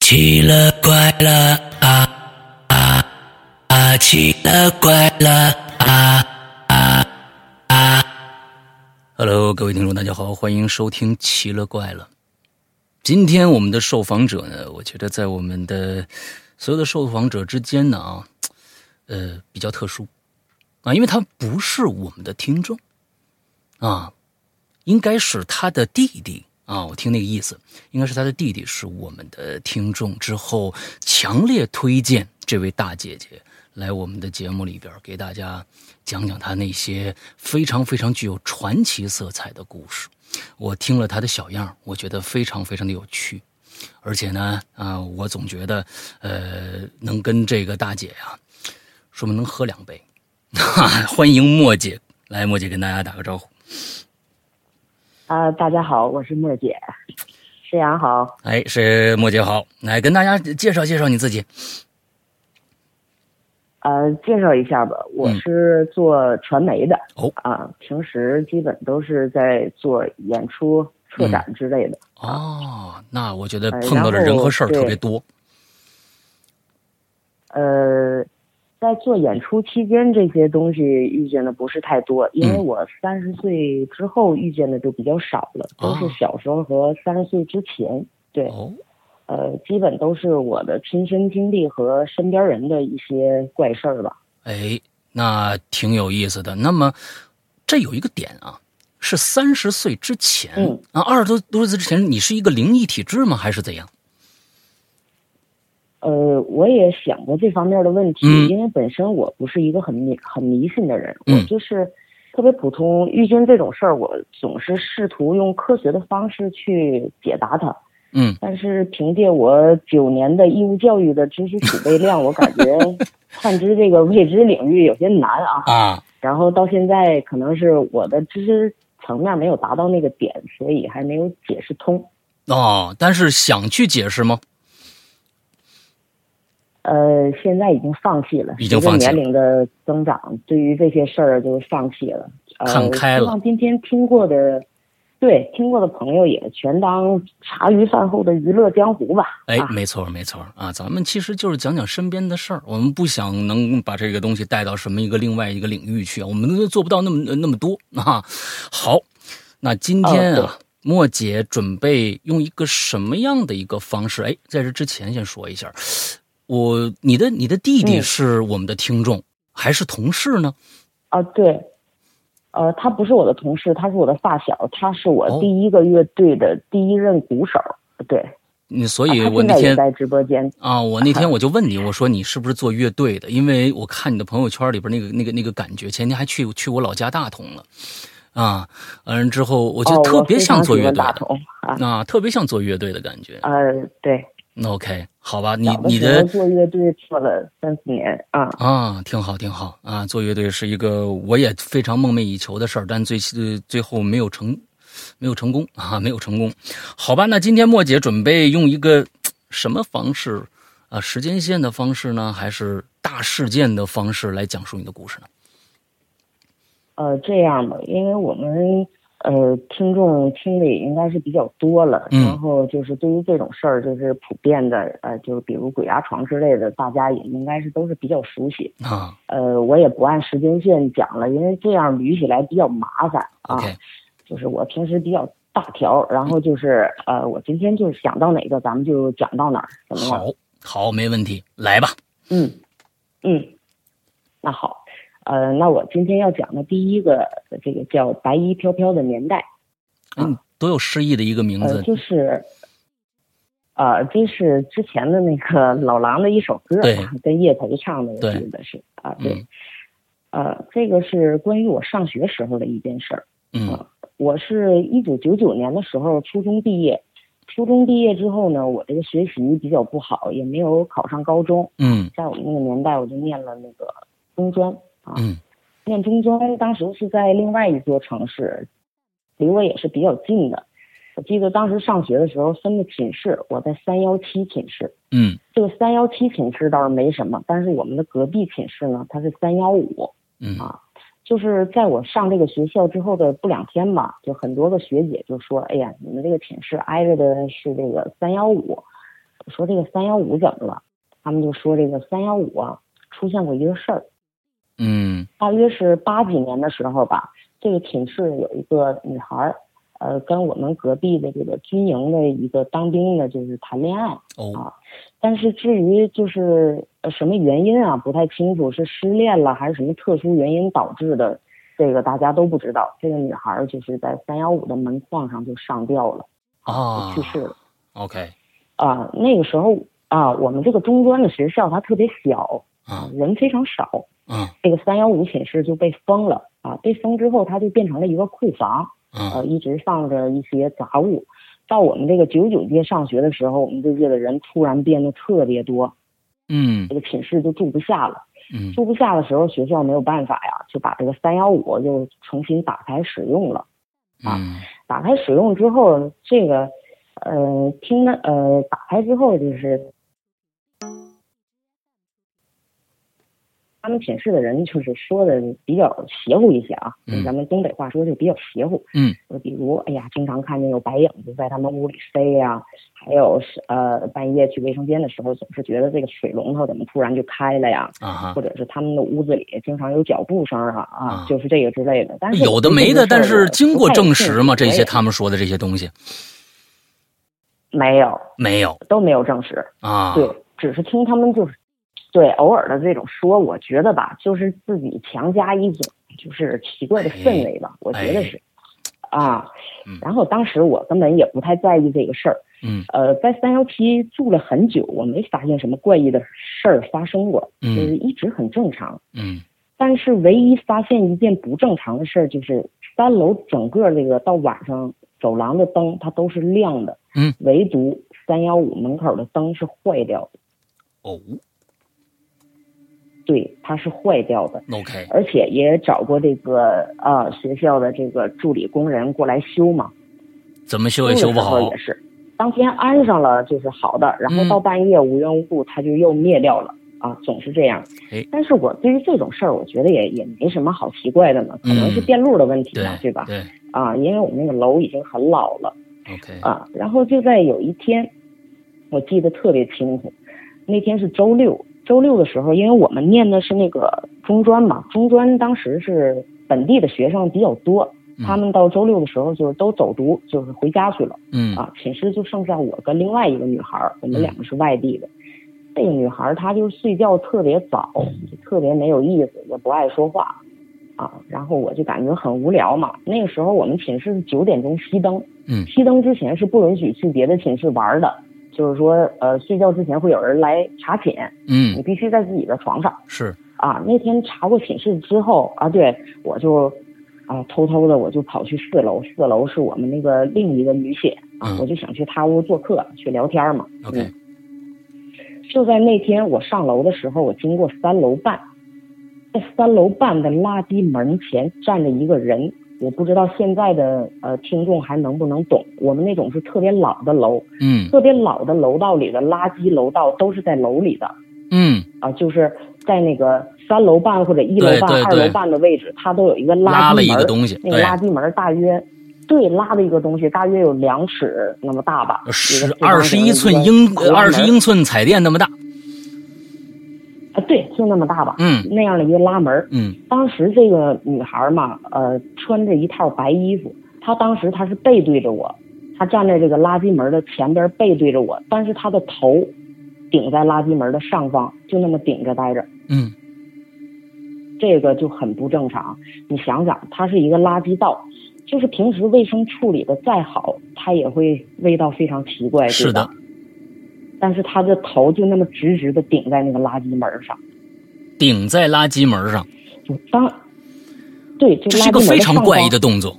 奇了怪了啊啊啊！奇了怪了啊啊啊！Hello，各位听众，大家好，欢迎收听《奇了怪了》。今天我们的受访者呢，我觉得在我们的所有的受访者之间呢啊，呃，比较特殊啊，因为他不是我们的听众啊，应该是他的弟弟。啊，我听那个意思，应该是他的弟弟是我们的听众，之后强烈推荐这位大姐姐来我们的节目里边儿给大家讲讲她那些非常非常具有传奇色彩的故事。我听了她的小样儿，我觉得非常非常的有趣，而且呢，啊、我总觉得，呃，能跟这个大姐呀、说明能喝两杯。 欢迎莫姐，来，莫姐跟大家打个招呼。啊、大家好，我是莫姐，沈阳好。哎，是莫姐好，来跟大家介绍介绍你自己。呃，介绍一下吧，我嗯是做传媒的，哦啊，平时基本都是在做演出、嗯策展之类的。哦，那我觉得哎碰到的人和事儿然特后别多。呃，在做演出期间，这些东西遇见的不是太多，因嗯为我三十岁之后遇见的就比较少了，都是哦小时候和三十岁之前。对，哦，呃，基本都是我的亲身经历和身边人的一些怪事儿吧。哎，那挺有意思的。那么这有一个点啊，是三十岁之前、嗯啊，二十多多岁之前，你是一个灵异体质吗？还是怎样？呃，我也想过这方面的问题，嗯因为本身我不是一个很迷很迷信的人，嗯我就是特别普通。遇见这种事儿，我总是试图用科学的方式去解答它。嗯，但是凭借我九年的义务教育的知识储备量，我感觉 探知这个未知领域有些难啊。啊，然后到现在，可能是我的知识层面没有达到那个点，所以还没有解释通。哦，但是想去解释吗？呃，现在已经放弃了，已经放弃了随着年龄的增长，对于这些事儿就放弃了。呃，看开了希望今天听过的，对听过的朋友也全当茶余饭后的娱乐江湖吧。哎，啊没错，没错啊！咱们其实就是讲讲身边的事儿，我们不想能把这个东西带到什么一个另外一个领域去，啊我们都做不到那么那么多啊。好，那今天哦啊，莫姐准备用一个什么样的一个方式？哎，在这之前先说一下，我你的你的弟弟嗯是我们的听众、还是同事呢？啊，对，呃，他不是我的同事，他是我的发小，他是我哦第一个乐队的第一任鼓手。对，嗯，所啊以他我现那在也天在直播间。啊，我那天我就问你，我说你是不是做乐队的？因为我看你的朋友圈里边那个那个那个感觉，前天还去去我老家大同了，啊，嗯，之后我觉哦得，特我别非像常做喜乐欢队大的，同啊，啊，特别像做乐队的感觉。呃，对，那 OK，好吧，你小的你时候的做乐队做了三四年啊。啊，挺好，挺好啊！做乐队是一个我也非常梦寐以求的事儿，但最呃最后没有成，没有成功啊，没有成功。好吧，那今天莫姐准备用一个嘖什么方式啊？时间线的方式呢，还是大事件的方式来讲述你的故事呢？呃，这样吧，因为我们呃听众听的也应该是比较多了，嗯然后就是对于这种事儿，就是普遍的，呃，就比如鬼压床之类的，大家也应该是都是比较熟悉。啊呃，我也不按时间线讲了，因为这样捋起来比较麻烦啊。 ，OK，就是我平时比较大条，然后就是呃，我今天就是想到哪个咱们就讲到哪儿，怎么样？好，好，没问题，来吧。嗯，嗯，那好，呃，那我今天要讲的第一个，这个叫《白衣飘飘的年代啊嗯，多有诗意的一个》，名呃，字，就是，呃，这是之前的那个老狼的一首歌啊对，跟叶培唱的，我对记得是啊，对，嗯呃，这个是关于我上学时候的一件事儿。嗯我是一九九九年的时候初中毕业，初中毕业之后呢，我这个学习比较不好，也没有考上高中，嗯在我们那个年代，我就念了那个中专啊，嗯念中专当时是在另外一座城市，离我也是比较近的。我记得当时上学的时候分的寝室，我在三幺七寝室。嗯这个三幺七寝室倒是没什么，但是我们的隔壁寝室呢，它是三幺五。嗯啊就是在我上这个学校之后的不两天吧，就很多个学姐就说：“哎呀，你们这个寝室挨着的是这个三幺五，我说这个三幺五怎么了？他们就说这个三幺五啊出现过一个事儿，嗯大约是八几年的时候吧，这个寝室有一个女孩儿，呃，跟我们隔壁的这个军营的一个当兵的，就是谈恋爱。哦但是至于就是呃什么原因啊，不太清楚，是失恋了还是什么特殊原因导致的，这个大家都不知道。这个女孩儿就是在三幺五的门框上就上吊了，啊去世了。 ，OK 啊，那个时候啊，我们这个中专的学校它特别小，啊人非常少，嗯这个三幺五寝室就被封了啊。被封之后，它就变成了一个库房，嗯呃，一直放着一些杂物。到我们这个九九街上学的时候，我们这届的人突然变得特别多，嗯这个寝室就住不下了。嗯住不下的时候，学校没有办法呀，就把这个三幺五又重新打开使用了。啊嗯打开使用之后，这个呃，听的呃，打开之后就是他们寝室的人就是说的比较邪乎一些啊，嗯用咱们东北话说就比较邪乎。嗯，就比如哎呀，经常看见有白影子在他们屋里飞呀、还有是呃，半夜去卫生间的时候，总是觉得这个水龙头怎么突然就开了呀？啊哈或，者是他们的屋子里经常有脚步声啊啊啊，就是这个之类的。但是有的没的，但是经过证实嘛，嘛，这我些也他们说的这些东西没有没有都没有证实，啊，对，只是听他们就是对偶尔的这种说，我觉得吧，就是自己强加一种就是奇怪的氛围吧，我觉得是啊哎嗯。然后当时我根本也不太在意这个事儿，嗯呃，在三幺七住了很久，我没发现什么怪异的事儿发生过，就嗯是一直很正常。嗯但是唯一发现一件不正常的事儿，就是三楼整个这个到晚上走廊的灯它都是亮的，嗯，唯独三幺五门口的灯是坏掉的，哦对，它是坏掉的， ，OK 而且也找过这个呃学校的这个助理工人过来修嘛，怎么修也修不好的时候也是，当天安上了就是好的，然后到半夜无缘无故它就又灭掉了。啊，总是这样哎。但是我对于这种事儿，我觉得也也没什么好奇怪的嘛，可能是嗯电路的问题对嘛，对吧？对啊，因为我们那个楼已经很老了 OK 啊。然后就在有一天，我记得特别清楚，那天是周六，周六的时候，因为我们念的是那个中专嘛，中专当时是本地的学生比较多，他们到周六的时候就是都走读，就是回家去了嗯啊。寝室就剩下我跟另外一个女孩儿，我们嗯两个是外地的。这个女孩儿她就是睡觉特别早，就特别没有意思，也不爱说话。啊，然后我就感觉很无聊嘛。那个时候我们寝室是九点钟熄灯，嗯熄灯之前是不允许去别的寝室玩的，就是说呃睡觉之前会有人来查寝，嗯你必须在自己的床上是啊。那天查过寝室之后啊，对我就啊偷偷的我就跑去四楼，四楼是我们那个另一个女寝啊嗯，我就想去她屋做客去聊天嘛。 OK 嗯就在那天我上楼的时候，我经过三楼半，在三楼半的垃圾门前站着一个人。我不知道现在的呃听众还能不能懂，我们那种是特别老的楼，嗯特别老的楼道里的垃圾楼道都是在楼里的嗯啊、就是在那个三楼半或者一楼半、对对二对楼半的位置，它都有一个垃圾门。拉了一个东西那个对垃圾门大约对拉的一个东西大约有两尺那么大吧，十一个非常二十长一的个寸英拉门二十英寸彩电那么大啊，对，就那么大吧，嗯那样的一个拉门儿。嗯当时这个女孩儿嘛，呃，穿着一套白衣服，她当时她是背对着我，她站在这个垃圾门的前边背对着我，但是她的头顶在垃圾门的上方，就那么顶着待着，嗯这个就很不正常。你想想，它是一个垃圾道，就是平时卫生处理的再好，它也会味道非常奇怪，是对吧的。但是她的头就那么直直的顶在那个垃圾门上。顶在垃圾门上，就当对，就这拉是一个进我非的常上怪方异的动作。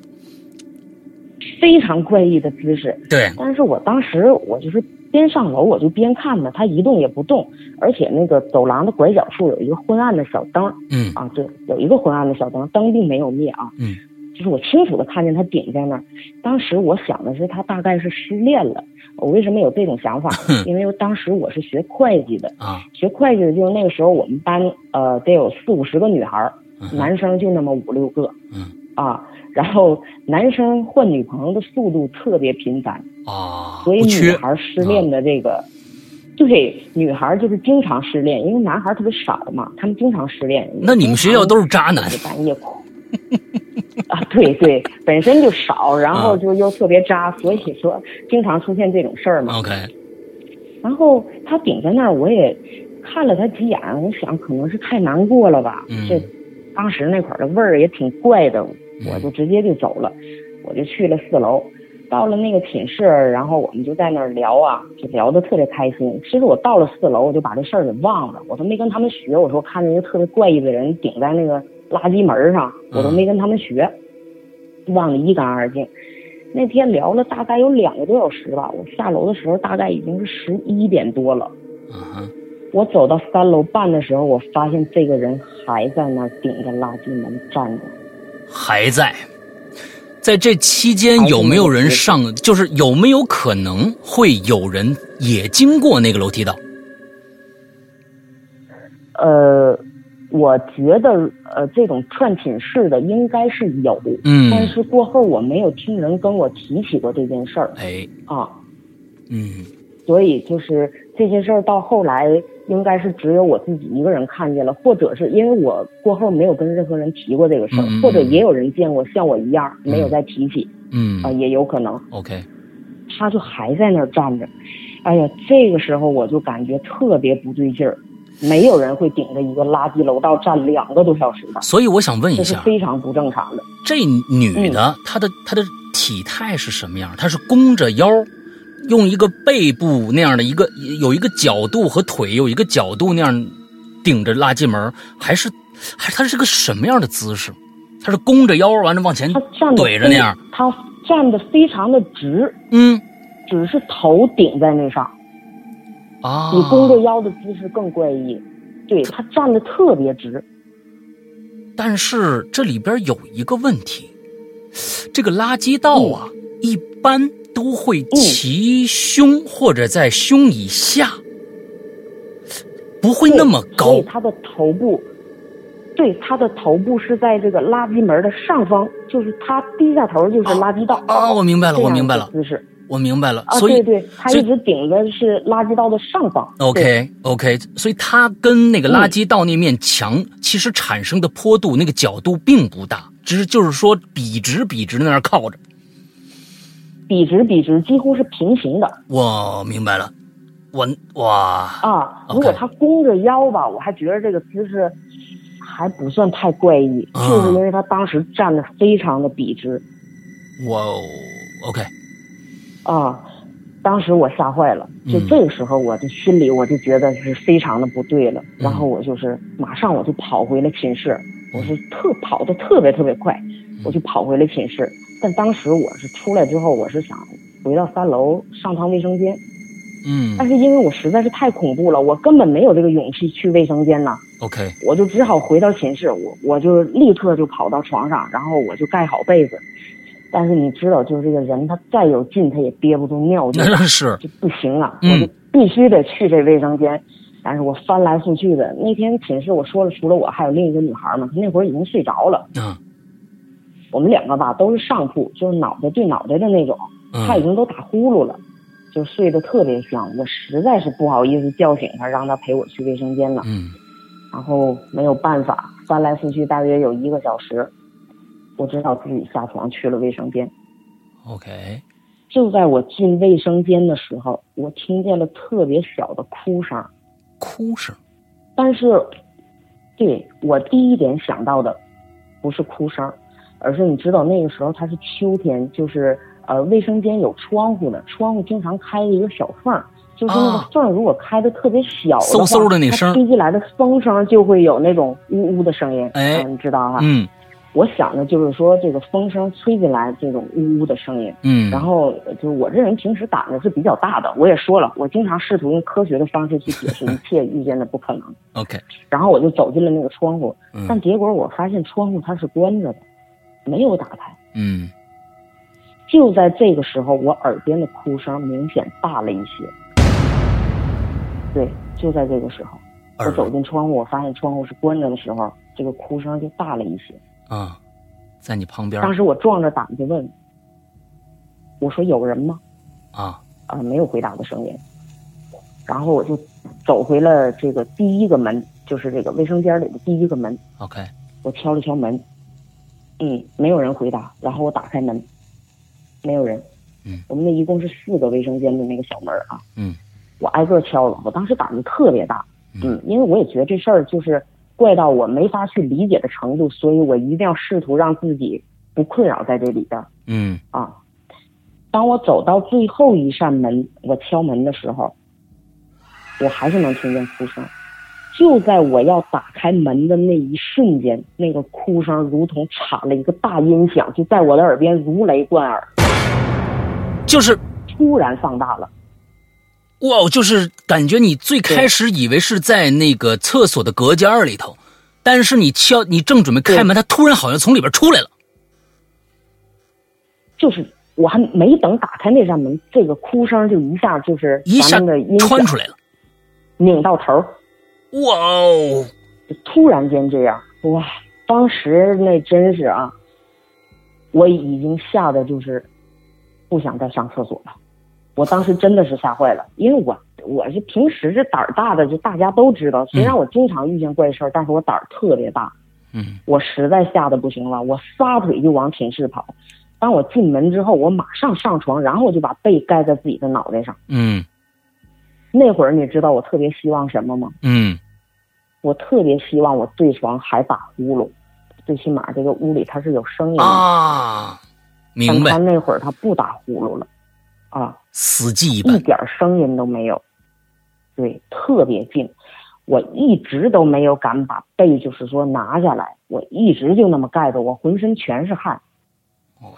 非常怪异的姿势。对，但是我当时我就是边上楼我就边看呢，他一动也不动，而且那个走廊的拐角处有一个昏暗的小灯儿嗯啊，对，有一个昏暗的小灯，灯并没有灭啊，嗯，就是我清楚的看见他顶在那儿。当时我想的是他大概是失恋了，我为什么有这种想法呢？因为当时我是学会计的，啊，学会计的就是那个时候我们班呃得有四五十个女孩儿，嗯哼男生就那么五六个，嗯啊，然后男生换女朋友的速度特别频繁，啊，所以不女缺嗯孩失恋的这个，对，女孩就是经常失恋，因为男孩特别少嘛，他们经常失恋。那你们学校都是渣男就半夜哭啊？对对，本身就少，然后就又特别渣，所以说经常出现这种事儿嘛。 ？OK，然后他顶在那儿，我也看了他几眼，我想可能是太难过了吧。嗯这当时那会儿的味儿也挺怪的，我就直接就走了，我就去了四楼。到了那个寝室，然后我们就在那儿聊啊，就聊得特别开心。其实我到了四楼，我就把这事儿给忘了，我都没跟他们学。我说看见一个特别怪异的人顶在那个垃圾门上，我都没跟他们学，忘得一干二净。那天聊了大概有两个多小时吧，我下楼的时候大概已经是十一点多了。嗯哼，我走到三楼半的时候，我发现这个人还在那儿顶着垃圾门站着。还在。在这期间有没有人上？就是有没有可能会有人也经过那个楼梯道？呃，我觉得呃，这种串寝室的应该是有，嗯但是过后我没有听人跟我提起过这件事儿哎，啊，嗯所以就是这些事儿到后来应该是只有我自己一个人看见了，或者是因为我过后没有跟任何人提过这个事儿，嗯嗯嗯或者也有人见过像我一样没有再提起嗯啊、也有可能。 ，OK，他就还在那儿站着。哎呀，这个时候我就感觉特别不对劲儿，没有人会顶着一个垃圾楼道站两个多小时的，所以我想问这一是下，非常不正常的。这女嗯的她的她的体态是什么样？她是弓着腰，用一个背部那样的一个有一个角度和腿有一个角度那样顶着垃圾门，还是还是她是个什么样的姿势？她是弓着腰，完了往前他站得怼着那样非，他站得非常的直，嗯只是头顶在那上，啊，比嗯弓着腰的姿势更怪异。对他站得特别直，但是这里边有一个问题，这个垃圾道嗯啊，一般都会齐胸或者在胸以下，不会那么所高以。他的头部，对他的头部是在这个垃圾门的上方，就是他低下头就是垃圾道。啊，我明白了，这我样明白一个了，姿势。我明白了。啊，所以对对，他所以一直顶的是垃圾道的上方。对嗯 OK OK，所以它跟那个垃圾道那面墙、其实产生的坡度那个角度并不大，只是就是说笔直笔直的那儿靠着。笔直笔直，几乎是平行的我明白了，我哇，啊。 OK 如果他弓着腰吧，我还觉得这个姿势还不算太怪异，啊就是因为他当时站的非常的笔直我哦 OK，啊。当时我吓坏了，就嗯这个时候我就心里我就觉得是非常的不对了，嗯然后我就是马上我就跑回了寝室，我是特跑的特别特别快，嗯我就跑回了寝室。但当时我是出来之后，我是想回到三楼上趟卫生间，嗯但是因为我实在是太恐怖了，我根本没有这个勇气去卫生间了， OK。 我就只好回到寝室，我我就立刻就跑到床上，然后我就盖好被子。但是你知道，就是这个人他再有劲，他也憋不住 尿劲，那是，就不行了，嗯我就必须得去这卫生间。但是我翻来覆去的，那天寝室我说了，除了我还有另一个女孩嘛，她那会儿已经睡着了。嗯我们两个吧都是上铺，就是脑袋对脑袋的那种，他已嗯经都打呼噜了，就睡得特别香。我实在是不好意思叫醒他，让他陪我去卫生间了。嗯然后没有办法，翻来覆去大约有一个小时，我只好自己下床去了卫生间。 ，OK，就在我进卫生间的时候，我听见了特别小的哭声，哭声，但是对我第一点想到的不是哭声，而是你知道那个时候它是秋天，就是呃卫生间有窗户的，窗户经常开一个小缝儿，就是那个啊缝儿如果开的特别小的嗖话，嗖的那它声儿吹进来的风声就会有那种呜呜的声音，哎嗯你知道哈、嗯我想的就是说这个风声吹进来这种呜呜的声音，嗯，然后呃就是我这人平时胆子是比较大的，我也说了，我经常试图用科学的方式去解释一切遇见的不可能。 OK，然后我就走进了那个窗户，但嗯结果我发现窗户它是关着的，没有打开。嗯，就在这个时候，我耳边的哭声明显大了一些。对，就在这个时候，我耳走进窗户，我发现窗户是关着的时候，这个哭声就大了一些。啊，在你旁边当时我壮着胆子问：“我说有人吗啊，？”啊，没有回答的声音。然后我就走回了这个第一个门，就是这个卫生间里的第一个门。 OK，我敲了敲门，嗯，没有人回答。然后我打开门，没有人。嗯，我们那一共是四个卫生间的那个小门啊。嗯，我挨个敲了，我当时胆子特别大。嗯嗯，因为我也觉得这事儿就是怪到我没法去理解的程度，所以我一定要试图让自己不困扰在这里边儿嗯啊。当我走到最后一扇门，我敲门的时候，我还是能听见哭声。就在我要打开门的那一瞬间，那个哭声如同铲了一个大音响，就在我的耳边如雷贯耳，就是突然放大了。哇，我就是感觉你最开始以为是在那个厕所的隔间儿里头，但是你敲，你正准备开门，他突然好像从里边出来了。就是我还没等打开那扇门，这个哭声就一下就是一把下那个音响穿出来了，拧到头儿，哇哦！就突然间这样，哇！当时那真是啊，我已经吓得就是不想再上厕所了。我当时真的是吓坏了，因为我我是平时是胆儿大的，就大家都知道。虽然我经常遇见怪事儿，但是我胆儿特别大。嗯我实在吓得不行了，我撒腿就往寝室跑。当我进门之后，我马上上床，然后我就把被盖在自己的脑袋上。嗯那会儿你知道我特别希望什么吗？嗯我特别希望我对床还打呼噜，最起码这个屋里它是有声音的。啊，但明白，他那会儿他不打呼噜了，啊，死寂一一般。点声音都没有，对，特别近。我一直都没有敢把被就是说拿下来，我一直就那么盖着，我浑身全是汗。我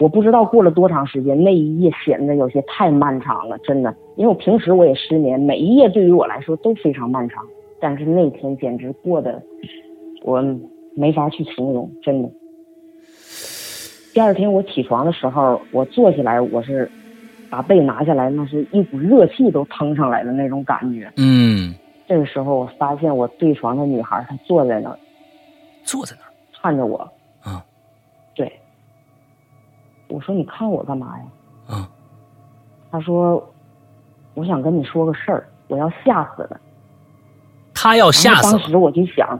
我不知道过了多长时间，那一夜显得有些太漫长了，真的。因为我平时我也失眠，每一夜对于我来说都非常漫长，但是那天简直过得我没法去形容，真的。第二天我起床的时候，我坐起来，我是把被拿下来，那是一股热气都腾上来的那种感觉。嗯，这个时候，我发现我对床的女孩她坐在那儿坐在那儿看着我，啊对，我说你看我干嘛呀？啊他说：“我想跟你说个事儿，我要吓死了。他要”吓然后死当了。时我就想，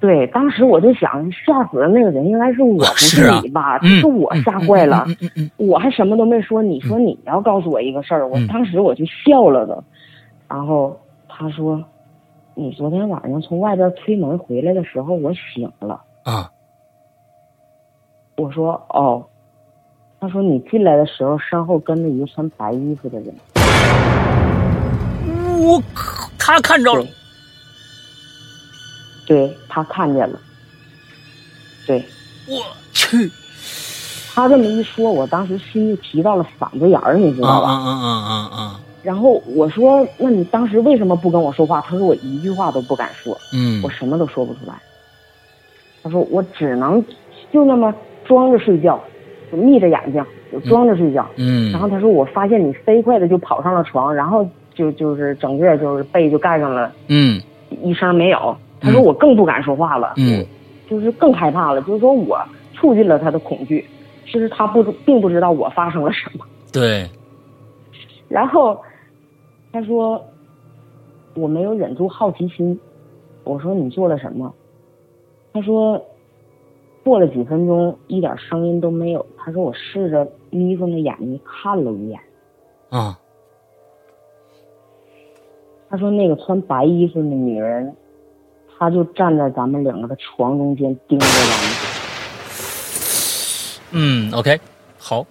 对，当时我就想，吓死的那个人应该是我，不是啊你吧？嗯是我吓坏了，嗯嗯嗯我还什么都没说。你说你要告诉我一个事儿，我嗯当时我就笑了都。然后他说：“你昨天晚上从外边推门回来的时候，我醒了。嗯啊，”我说：“哦。”他说：“你进来的时候，身后跟着一个穿白衣服的人。”我靠，他看着了。对他看见了，对我去他这么一说，我当时心就提到了嗓子眼儿，你知啊啊道吧？啊啊啊啊！然后我说：“那你当时为什么不跟我说话？”他说：“我一句话都不敢说，嗯我什么都说不出来。”他说：“我只能就那么装着睡觉，我眯着眼睛，我装着睡觉。嗯，然后他说：“我发现你飞快的就跑上了床，然后就就是整个就是被就盖上了，嗯一声没有。”他说：“嗯我更不敢说话了。”嗯就是更害怕了，就是说我促进了他的恐惧，其实他不知并不知道我发生了什么。对，然后他说我没有忍住好奇心，我说你做了什么？他说过了几分钟一点声音都没有，他说我试着眯缝着眼睛看了一眼，啊他说那个穿白衣服的女人，她就站在咱们两个的床中间盯着咱们。嗯，OK，好，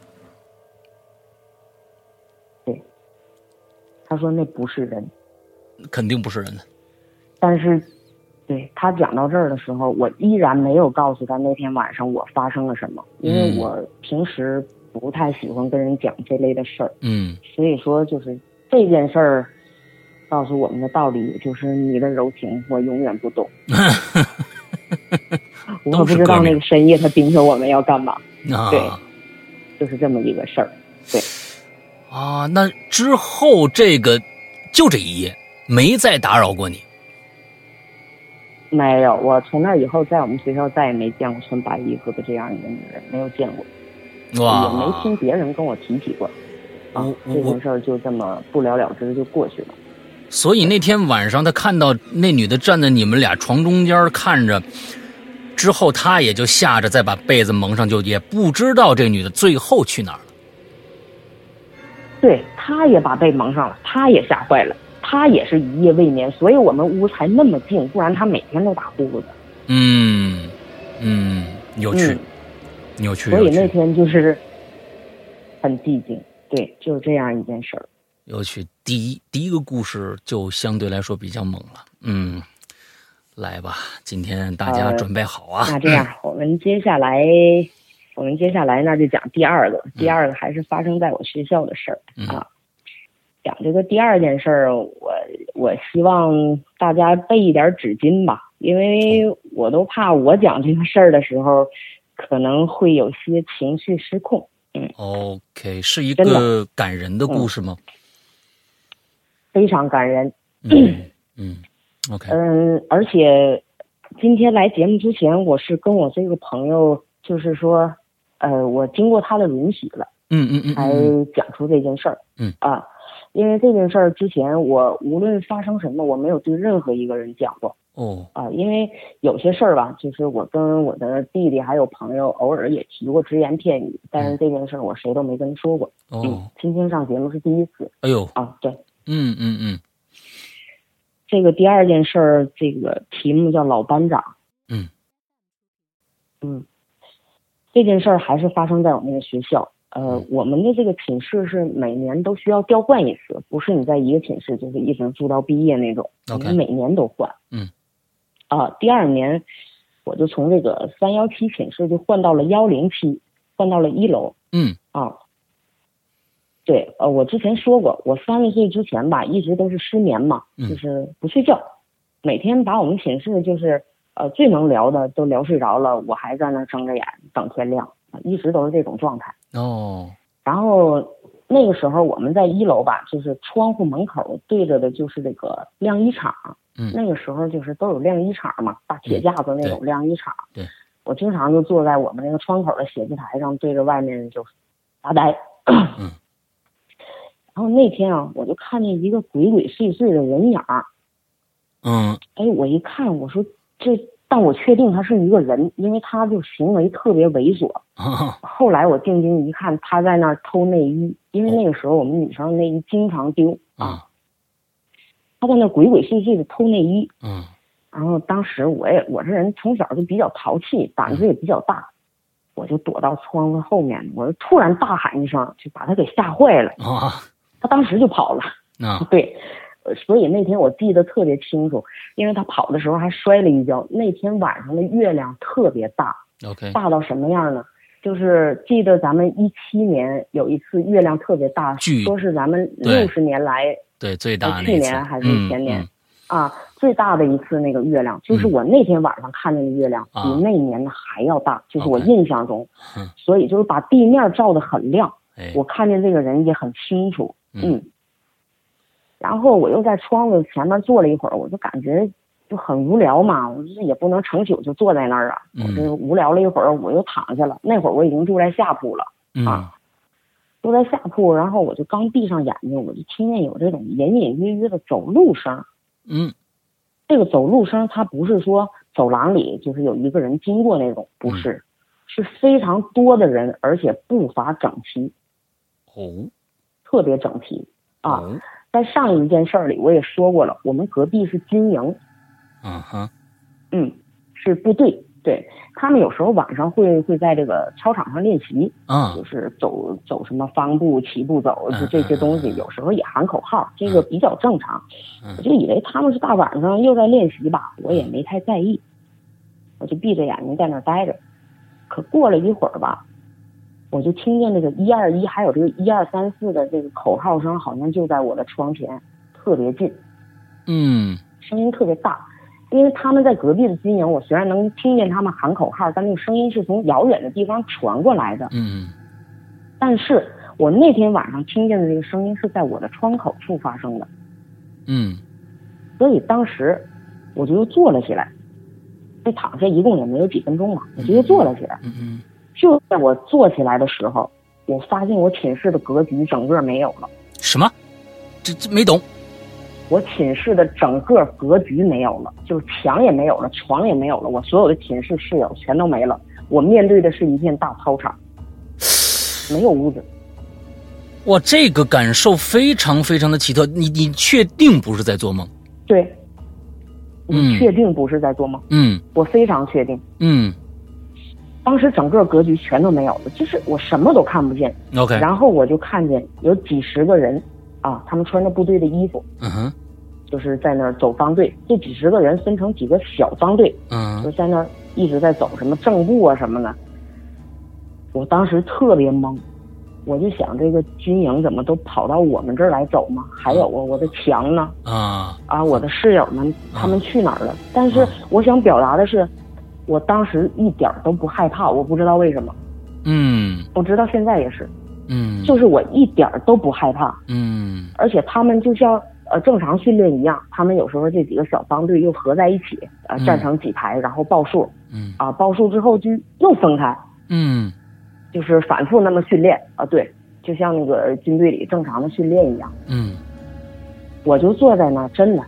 他说那不是人。肯定不是人的。但是，对他讲到这儿的时候，我依然没有告诉他那天晚上我发生了什么，因为嗯我平时不太喜欢跟人讲这类的事儿，嗯所以说就是这件事儿告诉我们的道理就是你的柔情我永远 不懂，我都不是知道哥们儿那个深夜他盯着我们要干嘛，对啊就是这么一个事儿。啊，那之后这个就这一夜没再打扰过你。没有，我从那以后在我们学校再也没见过穿白衣服的这样一个女人，没有见过，哇，也没听别人跟我提起过。啊我，我这我件事儿就这么不了了之就过去了。所以那天晚上，他看到那女的站在你们俩床中间看着，之后他也就吓着，再把被子蒙上，就也不知道这女的最后去哪儿了。对，他也把被蒙上了，他也吓坏了，他也是一夜未眠，所以我们屋才那么静，不然他每天都打呼噜的。嗯嗯，有趣，嗯有趣，所有以那趣，天就是很寂静，对，就是这样一件事儿。有趣。第一第一个故事就相对来说比较猛了。嗯，来吧，今天大家呃准备好啊。那这样，我们接下来，我们接下来那就讲第二个，第二个还是发生在我学校的事儿嗯啊。讲这个第二件事儿，我我希望大家备一点纸巾吧，因嗯为我都怕我讲这个事儿的时候，可能会有些情绪失控。 OK，是一真的嗯个感人的故事吗？非常感人。嗯嗯，OK，嗯，而且今天来节目之前，我是跟我这个朋友，就是说，呃，我经过他的允许了，嗯嗯嗯才嗯讲出这件事儿。嗯啊，因为这件事儿之前，我无论发生什么，我没有对任何一个人讲过哦，啊，因为有些事儿吧，就是我跟我的弟弟还有朋友偶尔也提过只言片语，但是这件事儿我谁都没跟说过。嗯嗯哦，，今天上节目是第一次哎呦，啊，对。嗯嗯嗯这个第二件事儿，这个题目叫老班长。嗯，嗯，这件事儿还是发生在我们那个学校。呃嗯，我们的这个寝室是每年都需要调换一次，不是你在一个寝室就是一直住到毕业那种，我 OK 们每年都换。嗯，啊，第二年我就从这个三幺七寝室就换到了幺零七，换到了一楼。嗯啊，对，呃，我之前说过，我三十岁之前吧，一直都是失眠嘛，嗯就是不睡觉，每天把我们寝室就是呃最能聊的都聊睡着了，我还在那儿睁着眼等天亮，啊一直都是这种状态。哦，然后那个时候我们在一楼吧，就是窗户门口对着的就是这个晾衣场。嗯那个时候就是都有晾衣场嘛，大铁架子那种晾衣场。对对我经常就坐在我们那个窗口的写字台上，对着外面就发呆。嗯。 然后那天啊，我就看见一个鬼鬼祟祟的人影儿。嗯哎，我一看，我说这，但我确定他是一个人，因为他就行为特别猥琐。啊后来我定睛一看，他在那儿偷内衣，因为那个时候我们女生内衣经常丢啊，啊他在那儿鬼鬼祟祟的偷内衣。嗯然后当时我也我这人从小就比较淘气，胆子也比较大，我就躲到窗户后面，我就突然大喊一声，就把他给吓坏了，啊他当时就跑了。 那对，呃所以那天我记得特别清楚，因为他跑的时候还摔了一跤。那天晚上的月亮特别大， OK 大到什么样呢？就是记得咱们一七年有一次月亮特别大，巨说是咱们对六十年来对最大呃那去一次年还是嗯前年嗯啊最大的一次那个月亮，就是嗯我那天晚上看见的月亮啊比那年的还要大，就是我 OK 印象中嗯，所以就是把地面照得很亮，哎我看见这个人也很清楚，嗯嗯。然后我又在窗子前面坐了一会儿，我就感觉就很无聊嘛，我这也不能成宿就坐在那儿啊。嗯我就无聊了一会儿，我又躺下了。那会儿我已经住在下铺了，嗯啊住在下铺，然后我就刚闭上眼睛，我就听见有这种隐隐约约的走路声。嗯这个走路声，它不是说走廊里就是有一个人经过那种，不是，是非常多的人，而且步伐整齐，哦特别整齐啊。哦在上一件事儿里我也说过了，我们隔壁是军营，嗯哈嗯，是部队，对他们有时候晚上会会在这个操场上练习，啊就是走走什么方步、齐步走，嗯就这些东西嗯，嗯有时候也喊口号，这个比较正常。嗯我就以为他们是大晚上又在练习吧，我也没太在意，我就闭着眼睛在那儿待着。可过了一会儿吧，我就听见这个一二一还有这个一二三四的这个口号声，好像就在我的窗前，特别近。嗯声音特别大，因为他们在隔壁的军营，我虽然能听见他们喊口号，但那个声音是从遥远的地方传过来的。嗯但是我那天晚上听见的这个声音是在我的窗口处发生的，嗯所以当时我就又坐了起来。这躺下一共也没有几分钟嘛，我就又坐了起来。嗯嗯就在我坐起来的时候，我发现我寝室的格局整个没有了，什么？这这没懂？我寝室的整个格局没有了，就是墙也没有了，床也没有了，我所有的寝室室友全都没了。我面对的是一片大操场，没有屋子。哇，这个感受非常非常的奇特。你你确定不是在做梦？对，嗯你确定不是在做梦？嗯我非常确定，嗯当时整个格局全都没有了，就是我什么都看不见。 ，OK，然后我就看见有几十个人啊，他们穿着部队的衣服，嗯哼，就是在那儿走方队。这几十个人分成几个小方队，嗯就在那儿一直在走什么正步啊什么的。我当时特别懵，我就想这个军营怎么都跑到我们这儿来走吗？还有啊，我的墙呢？啊啊，我的室友们他们去哪儿了？但是我想表达的是，我当时一点儿都不害怕，我不知道为什么，嗯我直到现在也是，嗯就是我一点儿都不害怕，嗯而且他们就像呃正常训练一样，他们有时候这几个小方队又合在一起，呃嗯站成几排，然后报数，嗯啊报数之后就又分开，嗯就是反复那么训练啊，对，就像那个军队里正常的训练一样。嗯我就坐在那儿，真的，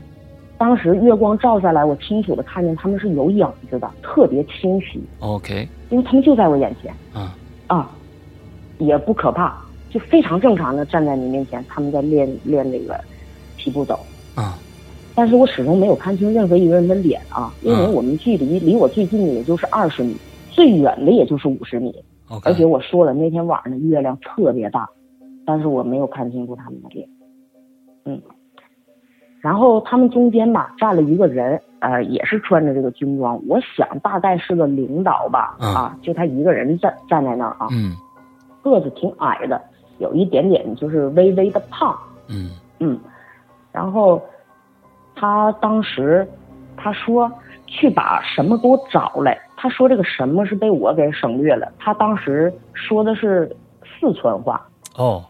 当时月光照下来，我清楚的看见他们是有影子的，特别清晰， ，OK，因为他们就在我眼前啊啊，也不可怕，就非常正常的站在你面前，他们在练练那个齐步走。啊但是我始终没有看清任何一个人的脸啊，因为嗯我们距离离我最近的也就是二十米，最远的也就是五十米。 ，OK，而且我说了，那天晚上的月亮特别大，但是我没有看清楚他们的脸。嗯，然后他们中间吧站了一个人，呃，也是穿着这个军装，我想大概是个领导吧，嗯啊，就他一个人站站在那儿啊，嗯个子挺矮的，有一点点就是微微的胖，嗯嗯，然后他当时他说去把什么给我找来，他说这个什么是被我给省略了，他当时说的是四川话，哦，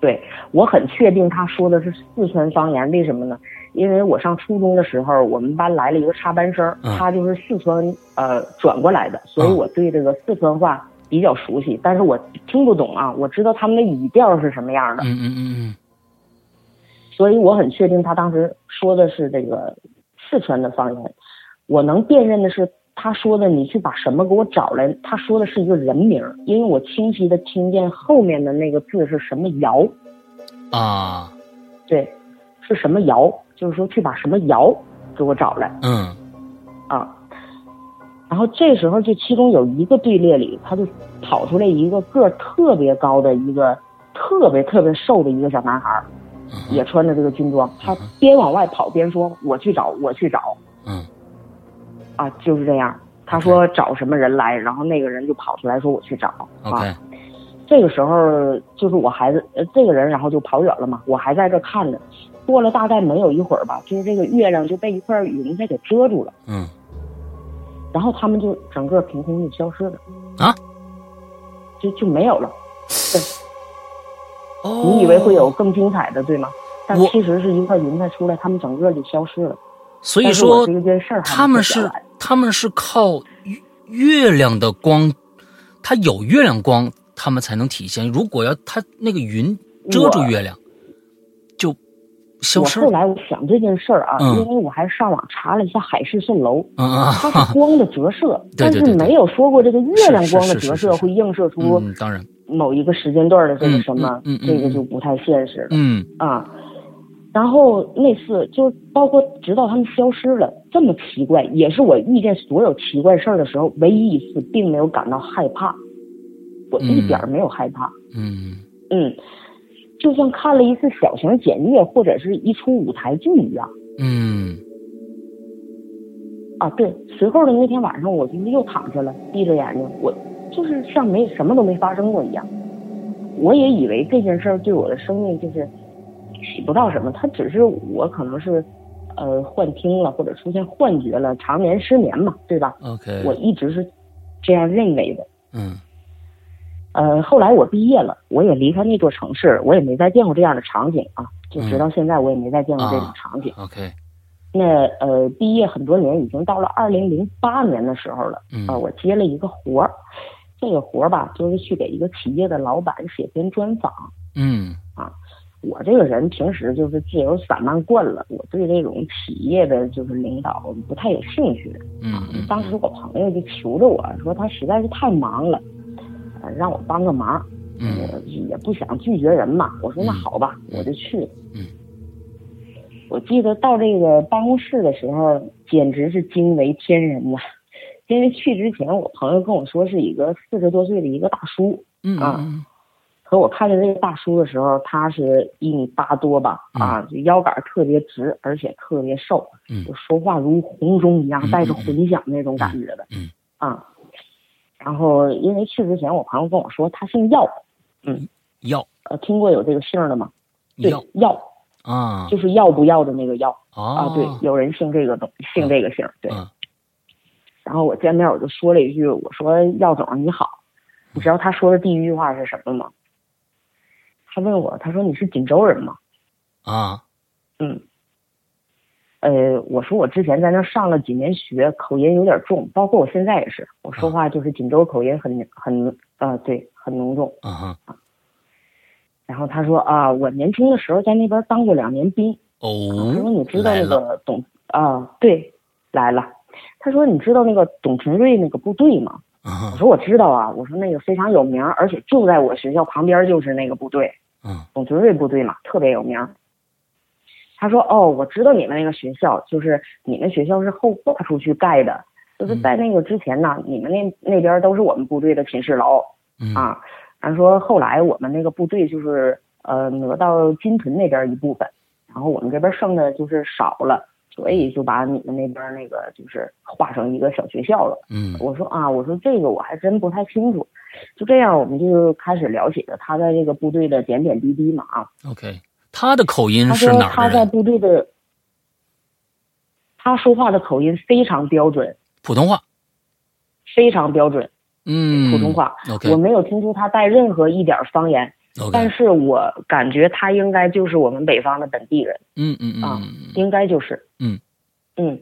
对我很确定他说的是四川方言，为什么呢？因为我上初中的时候，我们班来了一个插班生，嗯他就是四川呃转过来的，所以嗯我对这个四川话比较熟悉，但是我听不懂啊，我知道他们的语调是什么样的。嗯嗯嗯所以我很确定他当时说的是这个四川的方言。我能辨认的是，他说的你去把什么给我找来，他说的是一个人名儿，因为我清晰的听见后面的那个字是什么尧，嗯啊对，是什么尧，就是说去把什么尧给我找来嗯啊。然后这时候就其中有一个队列里，他就跑出来一个个儿特别高的一个特别特别瘦的一个小男孩儿，嗯哼也穿着这个军装，他嗯哼边往外跑边说：“我去找，我去找。嗯”啊，就是这样。他说找什么人来，然后那个人就跑出来说：“我去找。”啊， ，OK，这个时候就是我孩子，呃，这个人然后就跑远了嘛，我还在这看着。过了大概没有一会儿吧，就是这个月亮就被一块云彩给遮住了，嗯然后他们就整个凭空就消失了，啊，就就没有了。哦，你以为会有更精彩的，对吗？但我其实是一块云彩出来，他们整个就消失了。所以但是我说这件事儿还没他们讲是完他们是靠月月亮的光，它有月亮光，他们才能体现。如果要它那个云遮住月亮，就消我失后了。来我想这件事儿啊，嗯因为我还上网查了一下海市蜃楼，嗯啊哈它是哈，光的折射，对但对是对对没有说过这个月亮光的是是是折是射是会映射出嗯，当然，某一个时间段的这个什么，嗯嗯嗯嗯这个就不太现实了、嗯啊。然后那次就包括直到他们消失了，这么奇怪，也是我遇见所有奇怪事儿的时候唯一一次，并没有感到害怕，我一点儿没有害怕。嗯嗯，就像看了一次小型检阅或者是一出舞台剧啊一样嗯啊。对，随后的那天晚上，我就是又躺下了，闭着眼睛，我就是像没什么都没发生过一样。我也以为这件事儿对我的生命就是起不到什么，它只是我可能是呃幻听了或者出现幻觉了，常年失眠嘛，对吧？ ，OK，我一直是这样认为的。嗯呃，后来我毕业了，我也离开那座城市，我也没再见过这样的场景啊，就直到现在我也没再见过这种场景。 ，OK，那呃，啊毕业很多年，已经到了二零零八年的时候了。嗯啊、我接了一个活儿，这个活儿吧，就是去给一个企业的老板写篇专访。嗯我这个人平时就是自由散漫惯了，我对这种企业的就是领导不太有兴趣。嗯嗯，当时我朋友就求着我说，他实在是太忙了，呃让我帮个忙。嗯我也不想拒绝人嘛，我说那嗯好吧，我就去了。嗯，我记得到这个办公室的时候，简直是惊为天人呐、 因为去之前，我朋友跟我说是一个四十多岁的一个大叔，嗯啊嗯可我看见这个大叔的时候，他是一米八多吧，嗯啊，就腰杆儿特别直，而且特别瘦，嗯就说话如洪钟一嗯样，带着嗯嗯混响那种感觉的，嗯啊。然后因为去之前，我朋友跟我说他姓药，要呃，听过有这个姓儿的吗？对要，药啊就是要不要的那个要啊啊，对，有人姓这个东，姓这个姓儿，对。嗯然后我见面我就说了一句，我说耀总你好，你知道他说的第一句话是什么吗？他问我，他说你是锦州人吗？啊嗯，呃，我说我之前在那儿上了几年学，口音有点重，包括我现在也是，我说话就是锦州口音很很啊、对，很浓重。啊哈然后他说啊，我年轻的时候在那边当过两年兵，他说哦，你知道来那了个董啊，对，来了。他说你知道那个董存瑞那个部队吗？啊我哈说我知道啊，我说那个非常有名，而且就在我学校旁边就是那个部队，嗯董存瑞部队嘛，特别有名。他说哦，我知道你们那个学校，就是你们学校是后挂出去盖的，就是嗯在那个之前呢，你们那那边都是我们部队的寝室楼嗯啊。然后说后来我们那个部队就是呃挪到金屯那边一部分，然后我们这边剩的就是少了，所以就把你们那边那个就是划成一个小学校了。嗯我说啊，我说这个我还真不太清楚。就这样，我们就开始了解了他在这个部队的点点滴滴嘛啊。 ，OK，他的口音嗯他是说哪他儿的在人？部队的，他说话的口音非常标准，普通话，非常标准嗯，普通话。 ，OK 我没有听出他带任何一点儿方言，但 OK，是我感觉他应该就是我们北方的本地人。嗯嗯啊嗯应该就是，嗯嗯。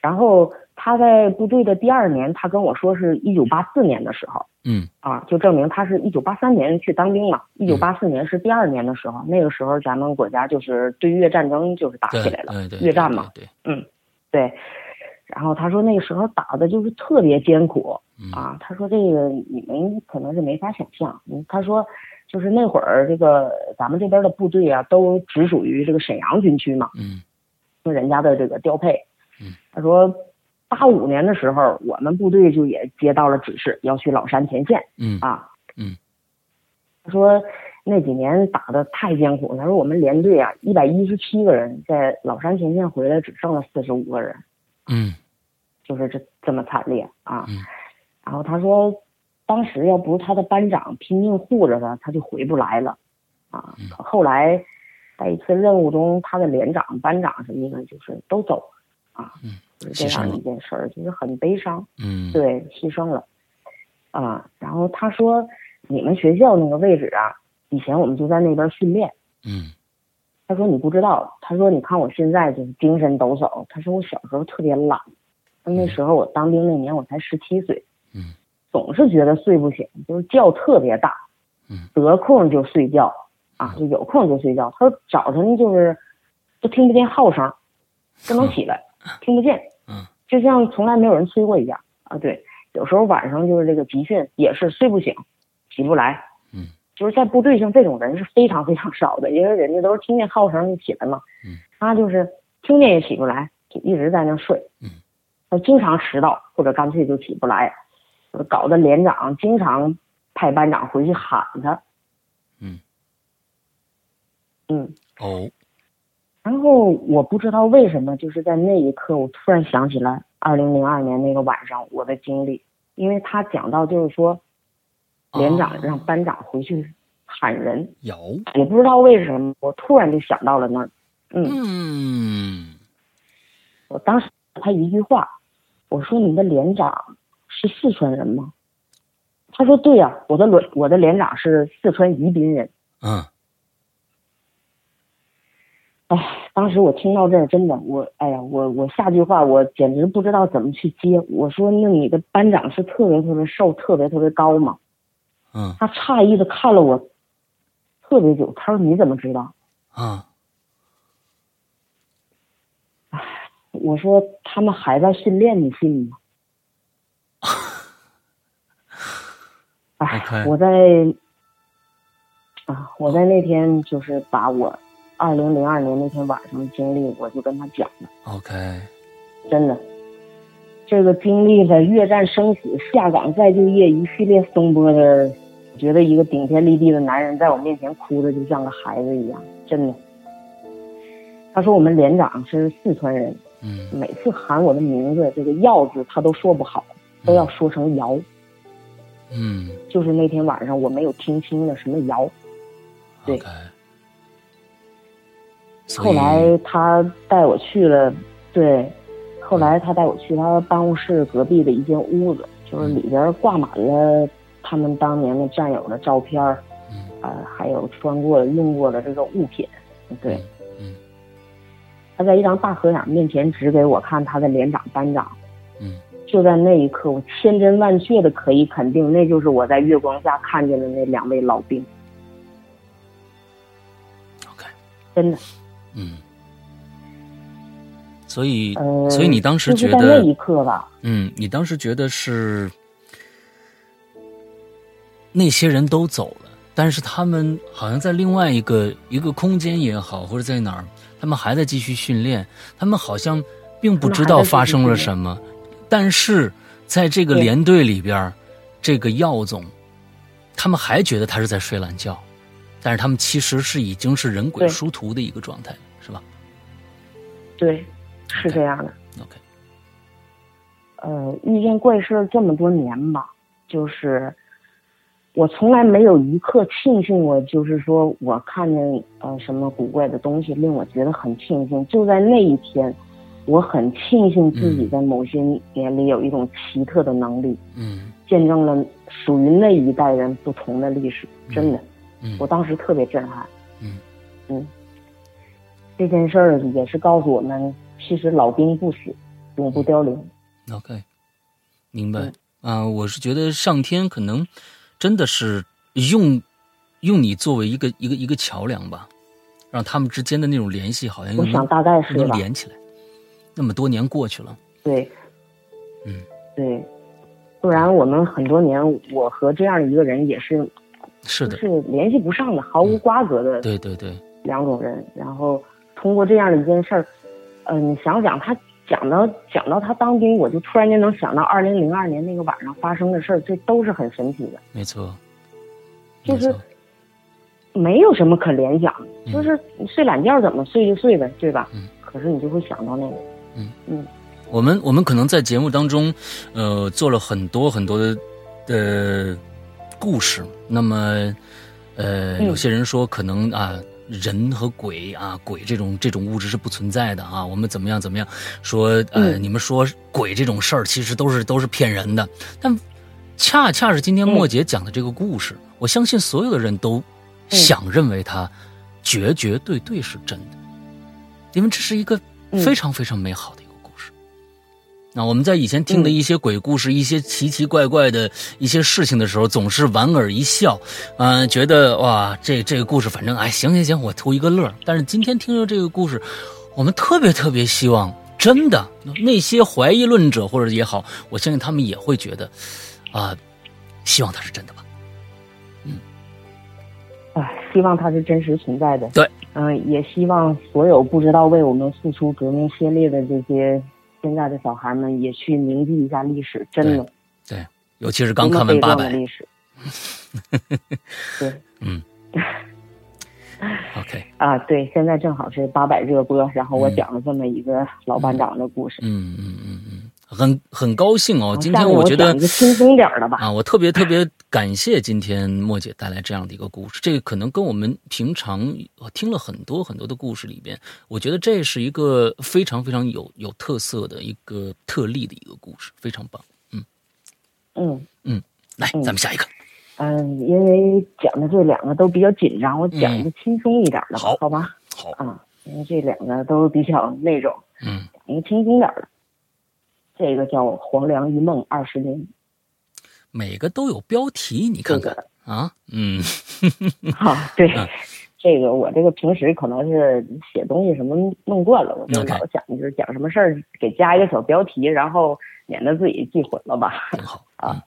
然后他在部队的第二年，他跟我说是一九八四年的时候嗯啊，就证明他是一九八三年去当兵嘛，一九八四年是第二年的时候，那个时候咱们国家就是对越战争就是打对起来了，对对，越战嘛对，对对。然后他说那个时候打的就是特别艰苦嗯啊，他说这个你们可能是没法想象，嗯他说就是那会儿这个咱们这边的部队啊，都直属于这个沈阳军区嘛，嗯听人家的这个调配嗯。他说，八五年的时候，我们部队就也接到了指示，要去老山前线嗯啊。嗯。他说那几年打的太艰苦，他说我们连队啊，一百一十七个人在老山前线回来只剩了四十五个人，嗯就是这这么惨烈啊。嗯然后他说，当时要不是他的班长拼命护着他，他就回不来了啊嗯。后来在一次任务中，他的连长、班长什么的，就是都走了啊嗯，就是这牺牲样了一件事儿，就是很悲伤，嗯，对，牺牲了啊。然后他说，你们学校那个位置啊，以前我们就在那边训练。嗯他说你不知道，他说你看我现在就是精神抖擞。他说我小时候特别懒，那时候我当兵那年我才十七岁，嗯，总是觉得睡不醒，就是觉特别大，嗯，得空就睡觉啊，就有空就睡觉。他说早晨就是都听不见号声，不能起来，听不见，嗯，就像从来没有人催过一样啊。对，有时候晚上就是这个集训也是睡不醒，起不来，嗯，就是在部队上这种人是非常非常少的，因为人家都是听见号声就起来嘛，嗯，他就是听见也起不来，就一直在那睡，嗯，他经常迟到或者干脆就起不来，搞得连长经常派班长回去喊他，嗯，嗯，哦，然后我不知道为什么，就是在那一刻，我突然想起来二零零二年那个晚上我的经历，因为他讲到就是说，连啊长让班长回去喊人，有，我不知道为什么，我突然就想到了那儿。嗯，嗯我当时他一句话，我说你的连长是四川人吗？他说对呀、我的连我的连长是四川宜宾人。嗯哎，当时我听到这儿，真的，我哎呀，我我下句话我简直不知道怎么去接。我说：“那你的班长是特别特别瘦，特别特别高吗嗯？”他诧异的看了我特别久，他说：“你怎么知道啊？”我说：“他们还在训练，你信吗？”哎 OK 我在啊，我在那天就是把我二零零二年那天晚上的经历，我就跟他讲了。 ，OK，真的，这个经历了越战生死、下岗再就业一系列风波的，我觉得一个顶天立地的男人在我面前哭的就像个孩子一样，真的。他说我们连长是四川人，嗯每次喊我的名字，这个“耀”字他都说不好，都要说成“姚嗯”。就是那天晚上我没有听清了什么“姚对，OK。”。所以后来他带我去了，对，后来他带我去他办公室隔壁的一间屋子，就是里边挂满了他们当年的战友的照片儿，嗯呃，还有穿过的、用过的这个物品。对，嗯他在一张大合影面前指给我看他的连长、班长。嗯就在那一刻，我千真万确的可以肯定，那就是我在月光下看见的那两位老兵， ，OK，真的。嗯。所以，呃，所以你当时觉就是得在那一刻吧，嗯，你当时觉得是那些人都走了，但是他们好像在另外一个一个空间也好，或者在哪儿，他们还在继续训练，他们好像并不知道发生了什么，但是在这个对连队里边儿，这个耀总，他们还觉得他是在睡懒觉，但是他们其实是已经是人鬼对殊途的一个状态，是吧对，是 OK 这样的。 ？OK，呃，遇见怪事儿这么多年吧，就是我从来没有一刻庆幸过，就是说我看见呃什么古怪的东西令我觉得很庆幸。就在那一天，我很庆幸自己嗯在某些年里有一种奇特的能力，嗯见证了属于那一代人不同的历史。真的，嗯我当时特别震撼。嗯嗯，这件事儿也是告诉我们，其实老兵不死，永嗯不凋零。 OK，明白嗯。啊、我是觉得上天可能真的是用用你作为一个一个一个桥梁吧，让他们之间的那种联系好像又我能想大概是又能吧。连起来。那么多年过去了，对，嗯，对，不然我们很多年，我和这样一个人也是是的，嗯就是联系不上的，毫无瓜葛的对对对，两种人。然后通过这样的一件事儿，嗯、你想想他讲到讲到他当兵，我就突然间能想到二零零二年那个晚上发生的事儿，这都是很神奇的，没错，就没是错，没有什么可联想的，嗯就是你睡懒觉怎么睡就睡呗，对吧？嗯可是你就会想到那个，我们我们可能在节目当中，呃，做了很多很多的的故事。那么，呃，嗯有些人说可能啊，人和鬼啊，鬼这种这种物质是不存在的啊。我们怎么样怎么样说？呃，嗯你们说鬼这种事儿其实都是都是骗人的，但恰恰是今嗯天莫姐讲的这个故事，我相信所有的人都嗯想认为它绝绝对对是真的，因为这是一个嗯非常非常美好的一个故事。那啊我们在以前听的嗯一些鬼故事、一些奇奇怪怪的一些事情的时候，总是莞尔一笑，嗯、觉得哇，这这个故事反正哎，行行行，我图一个乐儿。但是今天听着这个故事，我们特别特别希望，真的那些怀疑论者或者也好，我相信他们也会觉得，啊、希望它是真哦的吧。唉，希望它是真实存在的。对，嗯、也希望所有不知道为我们付出革命先烈的这些现在的小孩们，也去铭记一下历史，真的，对，尤其是刚看多完么八悲壮的百历史。对，OK，啊，对，现在正好是八百热播，然后我讲了这么一个老班长的故事。嗯嗯嗯嗯，很很高兴哦。今下天面我觉得讲一个轻松点儿的吧。啊，我特别特别感谢今天莫姐带来这样的一个故事，这个可能跟我们平常呃听了很多很多的故事里边，我觉得这是一个非常非常有有特色的一个特例的一个故事，非常棒。嗯来，嗯咱们下一个，嗯、因为讲的这两个都比较紧张，我讲一个轻松一点儿的嗯吧，好好吧？好，啊，因为这两个都比较那种，嗯，一个轻松点儿的。这个叫《黄粱一梦二十年每个都有标题，你》，看这看个啊， 嗯，哈、对嗯，这个我这个平时可能是写东西什么弄惯了，我就 OK 老想就是讲什么事儿给加一个小标题，然后免得自己记混了吧。挺好啊，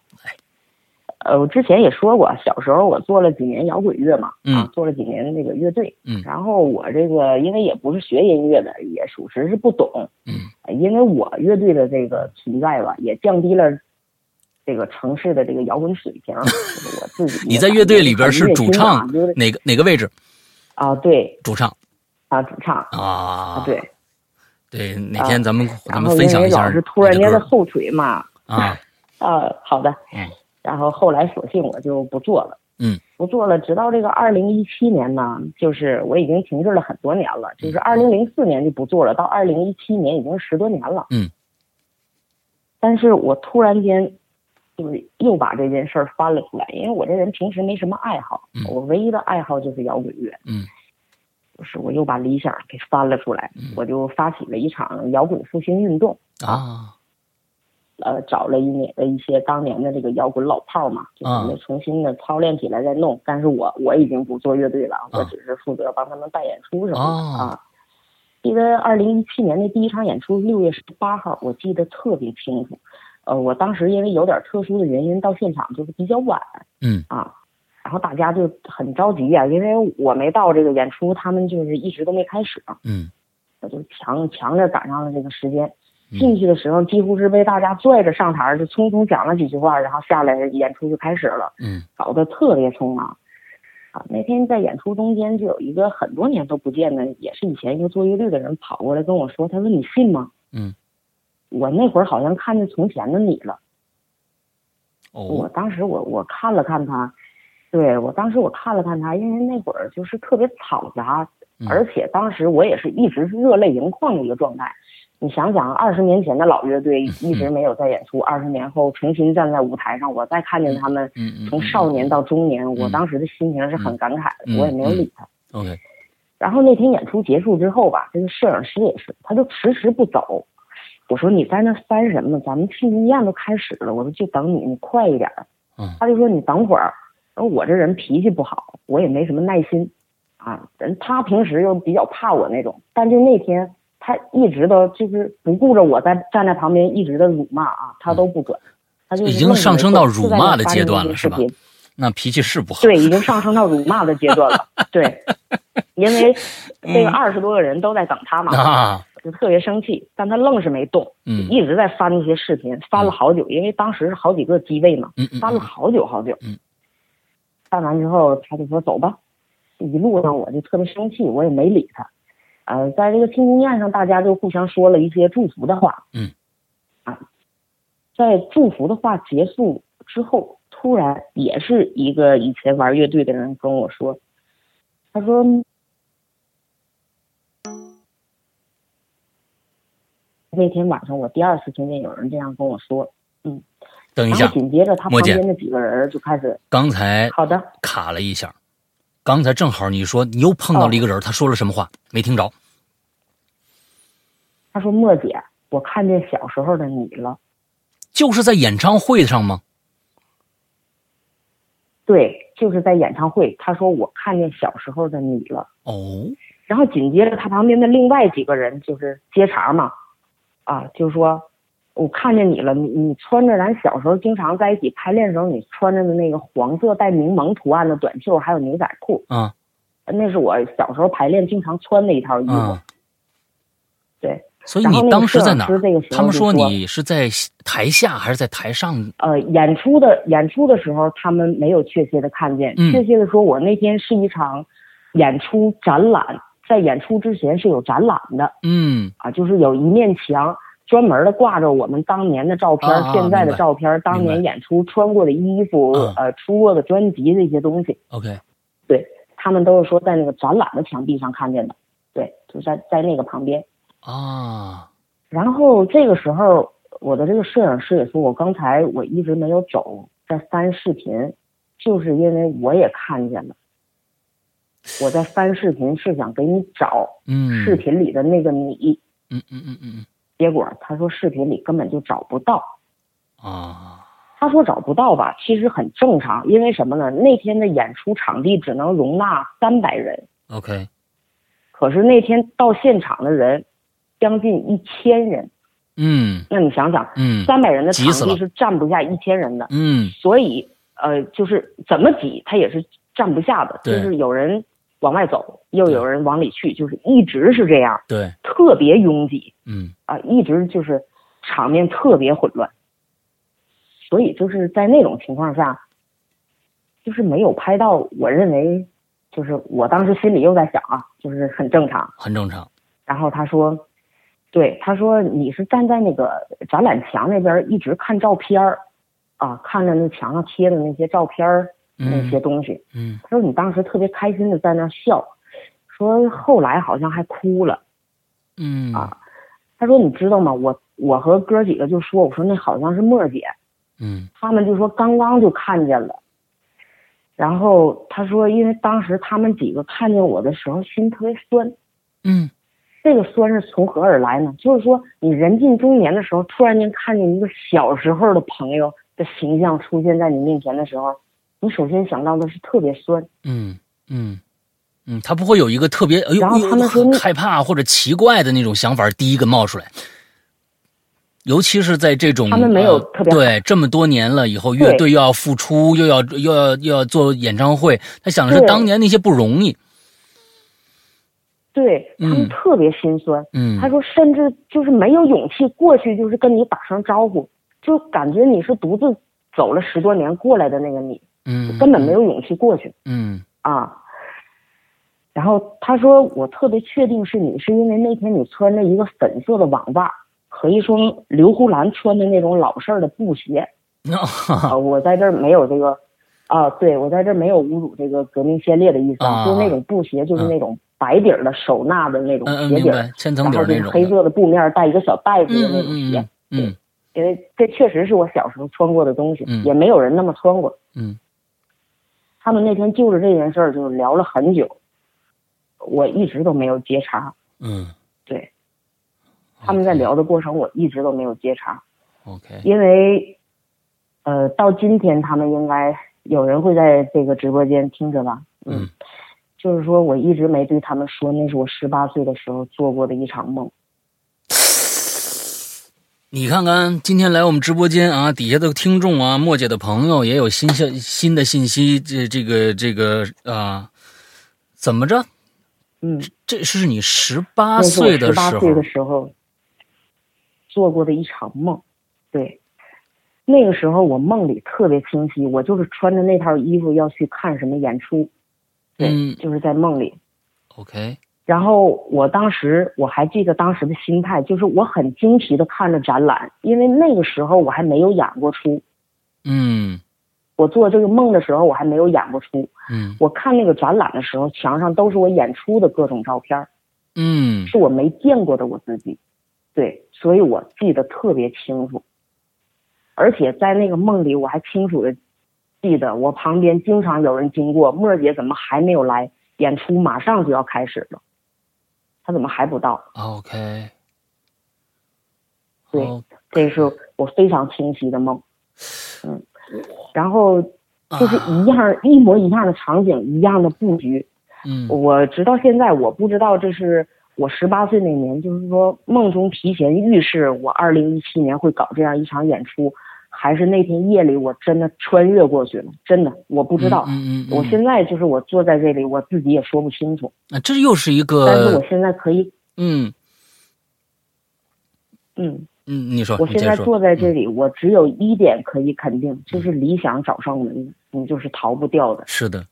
呃，我之前也说过，小时候我做了几年摇滚乐嘛，嗯啊，做了几年那个乐队，嗯然后我这个因为也不是学音乐的，也属实是不懂，嗯呃因为我乐队的这个存在吧，也降低了这个城市的这个摇滚水 平。就是我自己也你在乐队里边是主唱感觉哪个哪个位置？啊，对主唱啊，主唱啊啊，，对，啊对，哪天咱们然咱后们因分享为一下老是突然你的间的歌后腿嘛， 啊，啊，好的，嗯，然后后来索性我就不做了，嗯，不做了，直到这个二零一七年呢，就是我已经停滞了很多年了，就是嗯二零零四年就不做了，到二零一七年已经十多年了，嗯，但是我突然间就是又把这件事儿翻了出来，因为我这人平时没什么爱好，嗯我唯一的爱好就是摇滚乐，嗯就是我又把理想给翻了出来，嗯我就发起了一场摇滚复兴运动。啊，呃，找了一年呃一些当年的这个摇滚老炮儿嘛，就啊是们重新的操练起来再弄。但是我我已经不做乐队了，啊我只是负责帮他们办演出什么的哦啊。记得二零一七年的第一场演出六月十八号，我记得特别清楚。呃，我当时因为有点特殊的原因到现场就是比较晚嗯啊，然后大家就很着急啊，因为我没到这个演出，他们就是一直都没开始，嗯我就强强着赶上了这个时间。嗯进去的时候，几乎是被大家拽着上台儿，就匆匆讲了几句话，然后下来演出就开始了，嗯搞得特别匆忙。啊，那天在演出中间，就有一个很多年都不见的，也是以前一个做乐队的人跑过来跟我说，他问你信吗？嗯，我那会儿好像看见从前的你了。我哦，当时我我看了看他，对我当时我看了看他，因为那会儿就是特别嘈杂，嗯而且当时我也是一直是热泪盈眶的一个状态。你想想，二十年前的老乐 队一直没有在演出，二十年后重新站在舞台上，我再看见他们嗯嗯，从少年到中年，我嗯当时的心情是很感慨嗯的，我也没有理他。嗯 OK，然后那天演出结束之后吧，这个摄影师也是，他就迟迟不走。我说你在那翻什么？咱们庆功宴都开始了，我说就等你，你快一点儿。嗯他就说你等会儿。然后我这人脾气不好，我也没什么耐心，啊，人他平时又比较怕我那种，但就那天他一直都就是不顾着我在站在旁边一直的辱骂啊，他都不管，他就嗯已经上升到辱骂的阶段了是是吧那脾气是不好，对，已经上升到辱骂的阶段了。对，因为这个二十多个人都在等他嘛，嗯啊，就特别生气，但他愣是没动，嗯一直在翻那些视频，翻了好久，因为当时是好几个机位嘛，嗯嗯翻了好久好久嗯。翻完之后，他就说走吧。一路上我就特别生气，我也没理他。呃，在这个庆功宴上，大家就互相说了一些祝福的话。嗯。啊，在祝福的话结束之后，突然也是一个以前玩乐队的人跟我说，他说那天晚上我第二次听见有人这样跟我说，等一然下后，紧接着他莫旁姐边的几个人儿就开始，刚才好的，卡了一下，刚才正好你说你又碰到了一个人，他说了什么话没听着？他说莫姐，我看见小时候的你了。就是在演唱会上吗？对，就是在演唱会，他说我看见小时候的你了。哦，然后紧接着他旁边的另外几个人就是接茬嘛，啊，就说我看见你了，你你穿着咱小时候经常在一起排练的时候你穿着的那个黄色带柠檬图案的短袖，还有牛仔裤，啊那是我小时候排练经常穿的一套衣服。啊，对，所以然后你那当个时摄在影哪师儿？这个时候他们就说说你是在台下还是在台上？呃，演出的演出的时候，他们没有确切的看见，嗯确切的说，我那天是一场演出展览，在演出之前是有展览的嗯啊，就是有一面墙专门的挂着我们当年的照片、啊啊现在明的白照片、当明白年演出穿过的衣服、嗯呃出过的专辑这些东西， ，OK，对他们都是说在那个展览的墙壁上看见的，对，就在在那个旁边。啊，然后这个时候，我的这个摄影师也说，我刚才我一直没有走，在翻视频，就是因为我也看见了。我在翻视频是想给你找嗯，视频里的那个你，嗯嗯嗯嗯结果他说视频里根本就找不到。嗯啊，他说找不到吧，其实很正常，因为什么呢？那天的演出场地只能容纳三百人， OK，可是那天到现场的人将近一千人。嗯那你想想，嗯三百人的场急死了地是站不下一千人的，嗯所以呃，就是怎么挤他也是站不下的，就对是有人往外走，又有人往里去，就是一直是这样，对，特别拥挤嗯啊、一直就是场面特别混乱。所以就是在那种情况下，就是没有拍到，我认为就是我当时心里又在想啊，就是很正常，很正常，然后他说，对，他说你是站在那个展览墙那边儿一直看照片儿，啊，看着那墙上贴的那些照片儿那嗯些东西。嗯他说你当时特别开心的在那儿笑，说后来好像还哭了。嗯啊他说你知道吗？我我和哥几个就说，我说那好像是沫儿姐，嗯他们就说刚刚就看见了。然后他说，因为当时他们几个看见我的时候，心特别酸，嗯这个酸是从何而来呢？就是说，你人近中年的时候，突然间看见一个小时候的朋友的形象出现在你面前的时候，你首先想到的是特别酸。嗯嗯嗯，他不会有一个特别哎呦然后哎呦他们说很那害怕或者奇怪的那种想法第一个冒出来。尤其是在这种他们没有呃特别对这么多年了以后，乐队又要复出，又要又要又要做演唱会，他想的是对当年那些不容易。对他嗯们特别心酸。嗯，他说，甚至就是没有勇气过去，就是跟你打声招呼，就感觉你是独自走了十多年过来的那个你，嗯根本没有勇气过去嗯啊。然后他说，我特别确定是你，是因为那天你穿着一个粉色的网袜和一双刘胡兰穿的那种老式儿的布鞋那啊、我在这儿没有这个，啊，对我在这儿没有侮辱这个革命先烈的意思啊就是那种布鞋，就是那种白底儿的手捺的那种嗯嗯鞋明底儿，白，千层然底后儿就那是种黑的，色的布面儿带一个小袋子嗯的那种嗯鞋，嗯嗯因为这确实是我小时候穿过的东西，嗯也没有人那么穿过。嗯他们那天就着这件事儿就聊了很久，我一直都没有接茬。嗯对，他们在聊的过程，我一直都没有接茬， ，OK，因为，呃，到今天他们应该有人会在这个直播间听着吧？嗯就是说我一直没对他们说，那是我十八岁的时候做过的一场梦。你看看，今天来我们直播间啊，底下的听众啊，莫姐的朋友也有新信新的信息，这这个这个啊，怎么着？嗯，这是你十八那是我岁十的时八候岁的时候做过的一场梦，对。那个时候我梦里特别清晰，我就是穿着那套衣服要去看什么演出，对，嗯就是在梦里。 ，OK，然后我当时我还记得当时的心态，就是我很惊奇的看着展览，因为那个时候我还没有演过出，嗯我做这个梦的时候我还没有演过出。嗯我看那个展览的时候，墙上都是我演出的各种照片儿，嗯是我没见过的我自己，对，所以我记得特别清楚，而且在那个梦里我还清楚的记得，我旁边经常有人经过，沫儿姐怎么还没有来？演出马上就要开始了，她怎么还不到？ ，OK，对好这是我非常清晰的梦，嗯，然后就是啊一样一模一样的场景，一样的布局，嗯我直到现在，我不知道这是我十八岁那年，就是说梦中提前预示我二零一七年会搞这样一场演出，还是那天夜里我真的穿越过去了，真的我不知道。嗯嗯嗯，我现在就是我坐在这里，我自己也说不清楚，啊，这又是一但是我个，现在可以，嗯嗯，嗯，你说，我你现接着在说嗯坐在这里，我只有一点可以肯定，就是理想找上门，你就是逃不掉的。是的，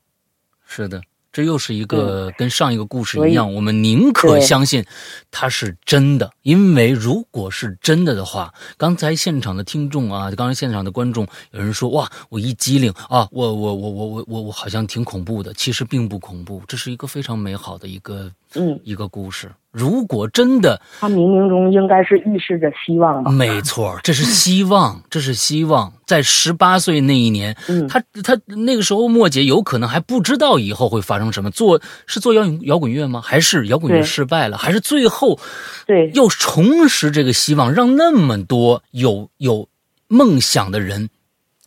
是的，这又是一个跟上一个故事一样，嗯所我们宁可对相信它是真的，因为如果是真的的话，刚才现场的听众啊，刚才现场的观众有人说哇，我一激灵啊，我我我我我我我好像挺恐怖的，其实并不恐怖，这是一个非常美好的一个嗯，一个故事。如果真的，他冥冥中应该是预示着希望吧？没错，这是希 望，这是希望。在十八岁那一年，嗯他他那个时候，莫姐有可能还不知道以后会发生什么。做是做摇滚摇滚乐吗？还是摇滚乐对失败了？还是最后对，要重拾这个希望，让那么多有有梦想的人，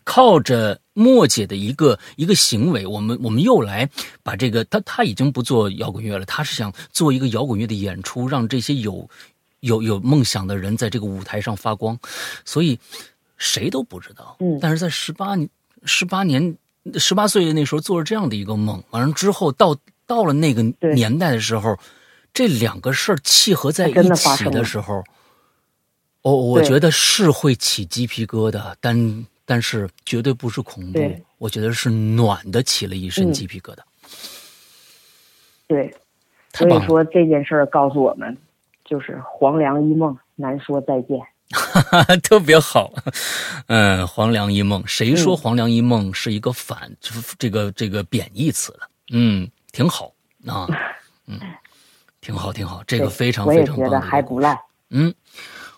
靠着莫姐的一个一个行为，我们我们又来把这个他他已经不做摇滚乐了，他是想做一个摇滚乐的演出，让这些有有有梦想的人在这个舞台上发光，所以谁都不知道，嗯但是在十八十八年十八岁那时候做了这样的一个梦，完了之后到到了那个对年代的时候。这两个事儿契合哎在一真的发起生的了时候，我我对觉得是会起鸡皮疙瘩，但但是绝对不是恐怖对，我觉得是暖的起了一身嗯鸡皮疙瘩，对，太所棒以了！说这件事儿告诉我们，就是黄粱一梦，难说再见。 特别好。嗯，黄粱一梦，谁说嗯黄粱一梦是一个反、这个这个贬义词了？嗯，挺好 啊，嗯，挺好挺好，这对个非常我也非常觉棒得的一还个不赖。嗯，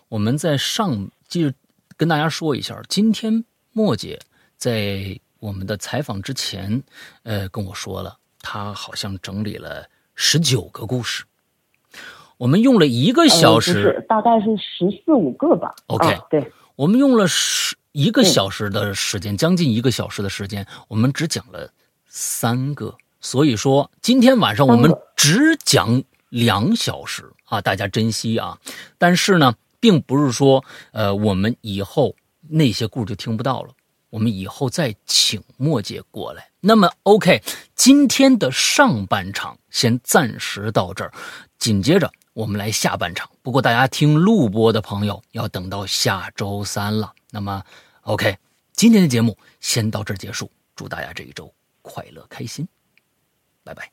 我们在上就跟大家说一下，今天莫姐在我们的采访之前，呃，跟我说了，她好像整理了十九个故事，我们用了一个小呃不时，是，大概是十四五个吧。 OK 啊对，我们用了十一个小时的时间，将近一个小时的时间，我们只讲了三个，所以说今天晚上我们三个只讲两小时啊，大家珍惜啊。但是呢，并不是说呃我们以后那些故事就听不到了。我们以后再请莫姐过来。那么，OK，今天的上半场先暂时到这儿，紧接着我们来下半场。不过，大家听录播的朋友要等到下周三了。那么，OK，今天的节目先到这儿结束，祝大家这一周快乐开心，拜拜。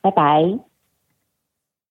拜拜。